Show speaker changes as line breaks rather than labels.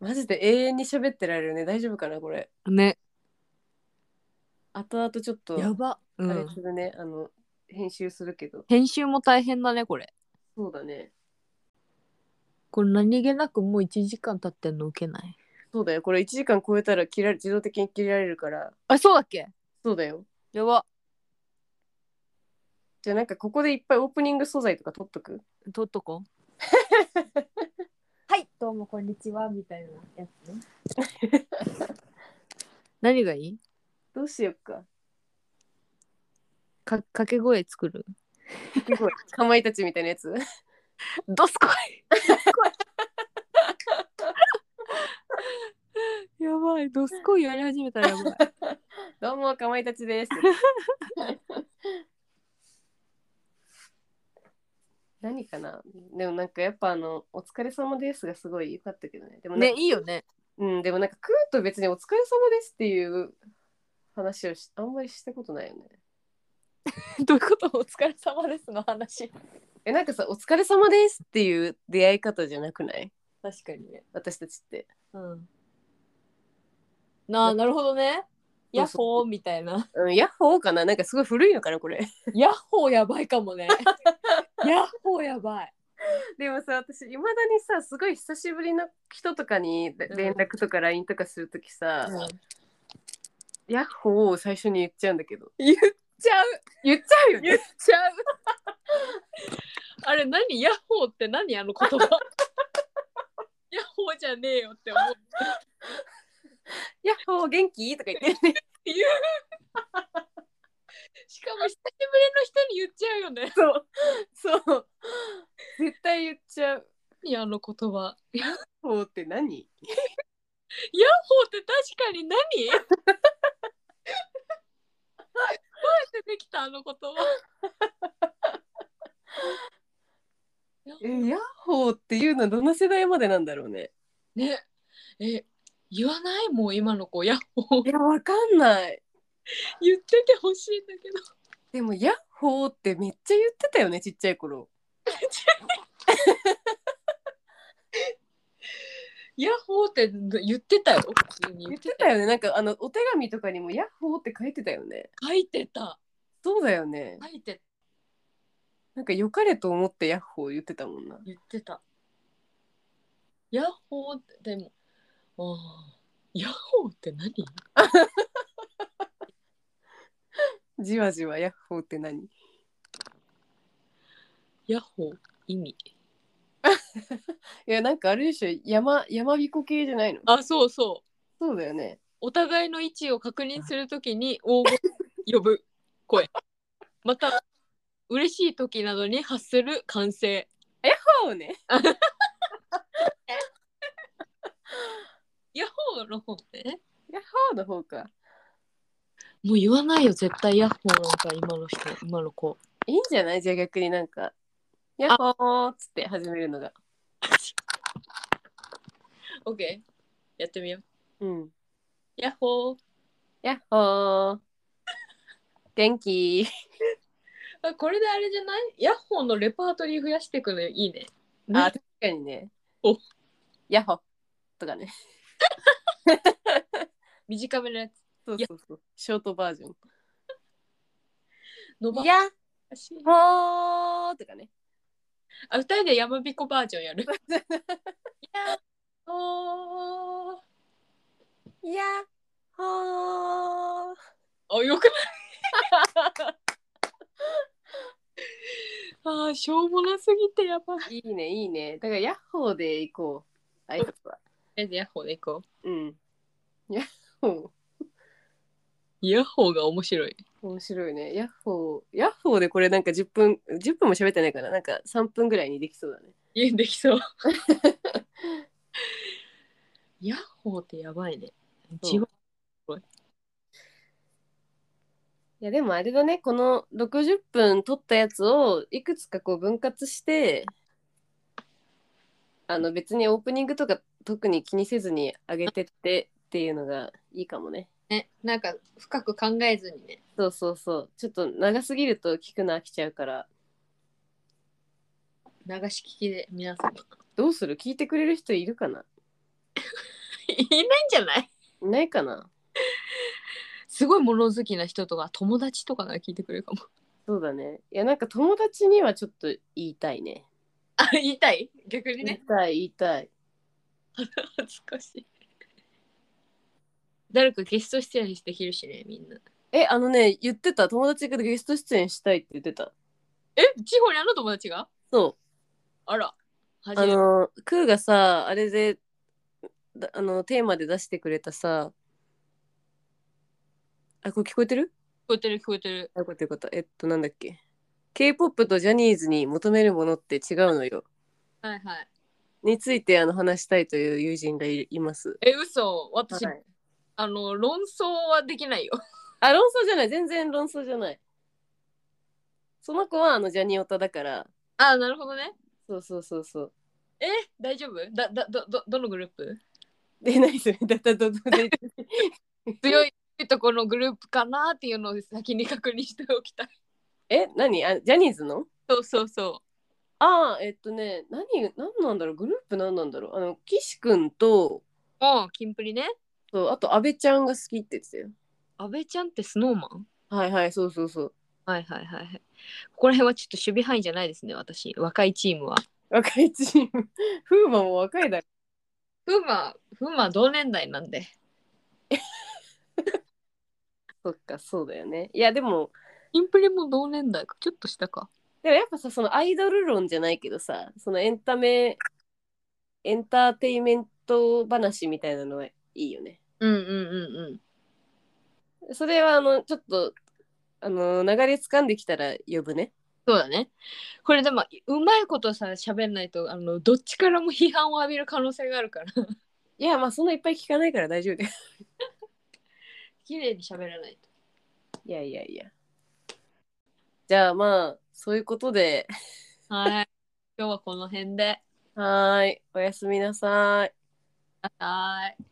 マジで永遠に喋ってられるね大丈夫かなこれ
ね
後々ちょっと
やば、う
あれ
ん、
するね、あの編集するけど
編集も大変だねこれ
そうだね
これ何気なくもう1時間経ってんの受けない
そうだよこれ1時間超えたら切られ自動的に切られるから
あそうだっけ
そうだよ
やば
じゃあなんかここでいっぱいオープニング素材とか撮っとく
撮っとこう はいどうもこんにちはみたいなやつね 何がいい
どうしよっか
か掛け声作る
すごいかまいたちみたいなやつ
どすこい やばいどすこいやり始めたらやばい
どうもかまいたちです 何かなでもなんかやっぱあの「お疲れ様です」がすごい良かったけどねでもなん
ね
か
いいよね
うん、でもなんかクーと別にお疲れ様ですっていう話をしあんまりしたことないよね。
どういうことお疲れ様ですの話
え、なんかさ、お疲れ様ですっていう出会い方じゃなくない
確かにね
私たちって。
うんなあなるほどねヤッ
そう
ホーみたいな
うん、ヤッホーかななんかすごい古いのかなこれ。
ヤッホーやばいか もねヤッホーやばい
でもさ、私、いまだにさ、すごい久しぶりの人とかに
うん
連絡とか LINE とかするときさ、ヤッホーを最初に言っちゃうんだけど。
言っちゃう
言っちゃうよ
言っ
ね。
ちゃうあれ何ヤッホーって何あの 言葉ヤッホーじゃねえよって思う
ヤッホー元気とか言ってる ね。
言うしかも久しぶりの人に言っちゃうよね
そう。 そう。絶対言っちゃう。
何あの言葉
ヤッホーって何
ヤッホーって確かに何どうやってできたあの言葉
え、ヤッホーっていうのはどの世代までなんだろうね。
ねえ言わないもう今の子ヤッホー
いや、わかんない。
言っててほしいんだけど
でも、ヤッホーってめっちゃ言ってたよね、ちっちゃい頃。
ヤッホーって言ってたよ普通に
言ってたよね、なんか、あの、お手紙とかにもヤッホーって書いてたよね。
書いてた
そうだよね。
書いて
なんか、良かれと思ってヤッホー言ってたもんな。
言ってたヤッホーってでもあーヤッホーって何
じわじわヤッホーって何
ヤッホー意味
いや、なんかあれでしょ、山、山彦系じゃないの。
あそうそう
そうだよね。
お互いの位置を確認するときに大声呼ぶ声また嬉しいときなどに発する歓声
そうね。
ヤッホーの方ね
ヤッホーの方か。
もう言わないよ絶対ヤッホーなんか今の人今の子
いいんじゃないじゃあ逆になんか、ヤッホーっつって始めるのが。
オッケーやってみよう
うん。
ヤッホー
ヤッ ホー。元気。
あこれであれじゃないヤッホーのレパートリー増やしていくのいいね
あ、確かにね。
お
ヤッホーとかね。
短めのやつ
そうそうそう。ショートバージョン。
伸ば
ヤッ
し
ホーとかね。
あ二人で山彦バージョンやるヤッホー
ヤッホー。
あよくない あーしょうもなすぎてやばい。と
いいね、いいね。だからヤッホーで行こう。挨拶は。
りあえずヤッホーで行こう。
うん。ヤッホ
ヤッホーが面白い。
ー。面白いね。ヤッホー。ヤッホーでこれなんか10分、10分も喋ってないから、なんか3分ぐらいにできそうだね。
いやできそう。 ヤッホーってやばいね。
そう
一番
いやでもあれだね、この60分撮ったやつをいくつかこう分割して、あの別にオープニングとか特に気にせずに上げてってっていうのがいいかもね。
ね、なんか深く考えずにね。
そうそうそう。ちょっと長すぎると聞くの飽きちゃうから、
流し聞きで皆様。
どうする聞いてくれる人いるかな
いないんじゃない
いないかな
すごい物好きな人とか友達とかが聞いてくれるかも。
そうだねいやなんか友達にはちょっと言いたいね
あ言いたい逆に
言い
ね
たい言いたい
恥ずかしい。誰かゲスト出演できるしねみんな。
えあのね言ってた友達がゲスト出演したいって言ってた
え地方にあの友達が
そう
あら初
あ
めて。
のクーがさあれでだあのテーマで出してくれたさあこれ聞こえてる
聞こえてる聞こえてる。
あよかったよかったえっとなんだっけ K-POP とジャニーズに求めるものって違うのよ
はいはい。
についてあの話したいという友人がいいます、
え嘘私、
はい
あの論争はできないよ。
あ論争じゃない全然論争じゃないその子はあのジャニオタだから
あなるほどね。
そうそうそうそう
え大丈夫だだどどどのグループ
で何それだだだだだ
強いとこのグループかなっていうのを先に確認しておきたい。
え何あジャニーズの
そうそうそ
ああえっとね何何なんだろうグループ何なんだろうあの岸くんと
う。うんキンプリね。
そうあと阿部ちゃんが好きって言ってたよ
阿部ちゃんってスノーマン
はいはいそうそうそう
はいはいはいはい。ここら辺はちょっと守備範囲じゃないですね、私。若いチームは。
若いチーム 風磨も若いだろ
ふうま、ふうま同年代なんで。
そっかそうだよねいやでも
インプレも同年代か、ちょっとしたか。
でもやっぱさそのアイドル論じゃないけどさそのエンタメエンターテイメント話みたいなのはいいよね
うんうんうんうん。
それはあのちょっとあの流れ掴んできたら呼ぶね
そうだね。これでも、うまいことさ、喋んないと、あの、どっちからも批判を浴びる可能性があるから。
いやまあそんないっぱい聞かないから大丈夫です
綺麗に喋らないと。
いやいやいやじゃあまあそういうことで
はい。今日はこの辺で。
はーいおやすみなさい
はーい。